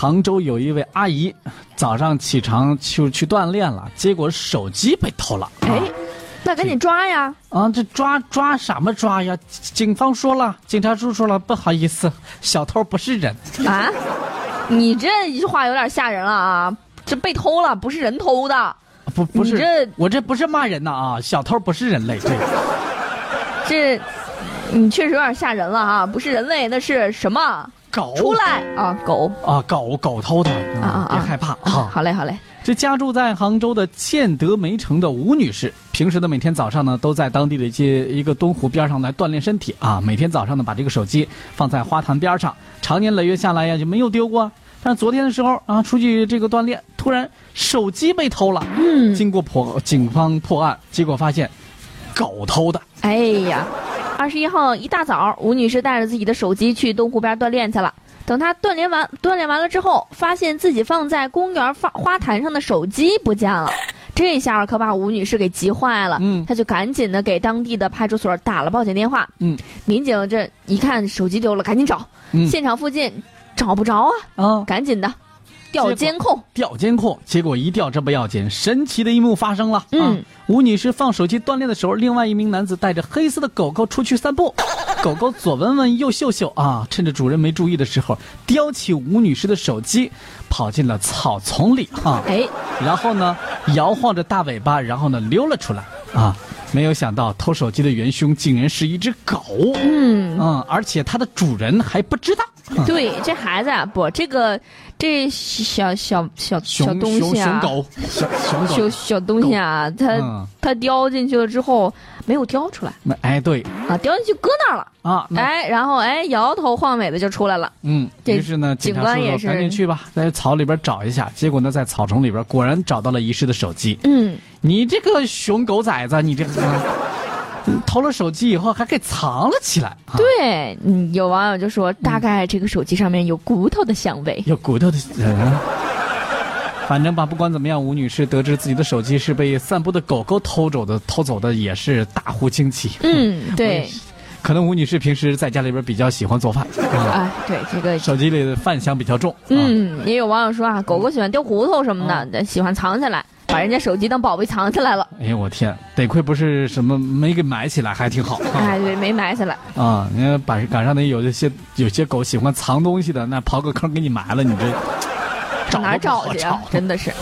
杭州有一位阿姨，早上起床就去锻炼了，结果手机被偷了。啊哎，那赶紧抓呀！啊，这抓抓什么抓呀？警方说了，警察叔叔了，不好意思，小偷不是人。 啊，你这一句话有点吓人了啊！这被偷了，不是人偷的，不不是你这我这不是骂人呐啊，小偷不是人类，对，这你确实有点吓人了啊！不是人类，那是什么？狗出来啊，狗啊，狗狗偷的，嗯啊啊啊！别害怕啊！啊。好嘞，好嘞。这家住在杭州的建德梅城的吴女士，平时呢每天早上呢都在当地的一些一个东湖边上来锻炼身体啊，每天早上呢把这个手机放在花坛边上，常年累月下来呀就没有丢过。但是昨天的时候啊，出去这个锻炼，突然手机被偷了。嗯，经过破警方破案，结果发现狗偷的。哎呀，二十一号一大早，吴女士带着自己的手机去东湖边锻炼去了。等她锻炼完，锻炼完了之后，发现自己放在公园花花坛上的手机不 见了。这下可把吴女士给急坏了，嗯她就赶紧的给当地的派出所打了报警电话。嗯，民警这一看手机丢了，赶紧找，嗯现场附近找不着啊，啊，赶紧的结调果监控。调监控，结果一调这不要紧，神奇的一幕发生了。啊嗯，吴女士放手机锻炼的时候，另外一名男子带着黑色的狗狗出去散 步，狗狗左闻闻右嗅嗅啊，趁着主人没注意的时候，叼起吴女士的手机，跑进了草丛里啊，哎，然后呢，摇晃着大尾巴，然后呢溜了出来啊。没有想到偷手机的元凶竟然是一只狗，嗯，嗯，而且它的主人还不知道。嗯对，这孩子啊，不，这个这小小小小熊东熊西啊熊，狗，小熊狗小小东西啊，它嗯它叼进去了之后没有叼出来那哎对啊，叼进去搁那儿了，啊，那哎，然后哎摇头晃尾的就出来了，嗯，这于是呢，警警察官叔也叔赶紧是去吧，在草里边找一下。结果呢，在草丛里边果然找到了遗失的手机。嗯，你这个熊狗崽子，你这个、嗯偷了手机以后还给藏了起来，啊、对，嗯，有网友就说大概这个手机上面有骨头的香味，有骨头的人、啊反正吧，不管怎么样，吴女士得知自己的手机是被散步的狗狗偷走的，偷走的也是大呼惊奇。嗯，对，可能吴女士平时在家里边比较喜欢做饭，啊哎，对这个。手机里的饭香比较重。啊、嗯，也有网友说啊，嗯狗狗喜欢叼胡头什么的，喜欢藏起来，把人家手机当宝贝藏起来了。哎呦我天，得亏不是什么没给埋起来，还挺好。 啊哎，对，没埋起来。啊，你看把赶上那有一些有些狗喜欢藏东西的，那刨个坑给你埋了，你这上哪儿都不找好去啊？真的是。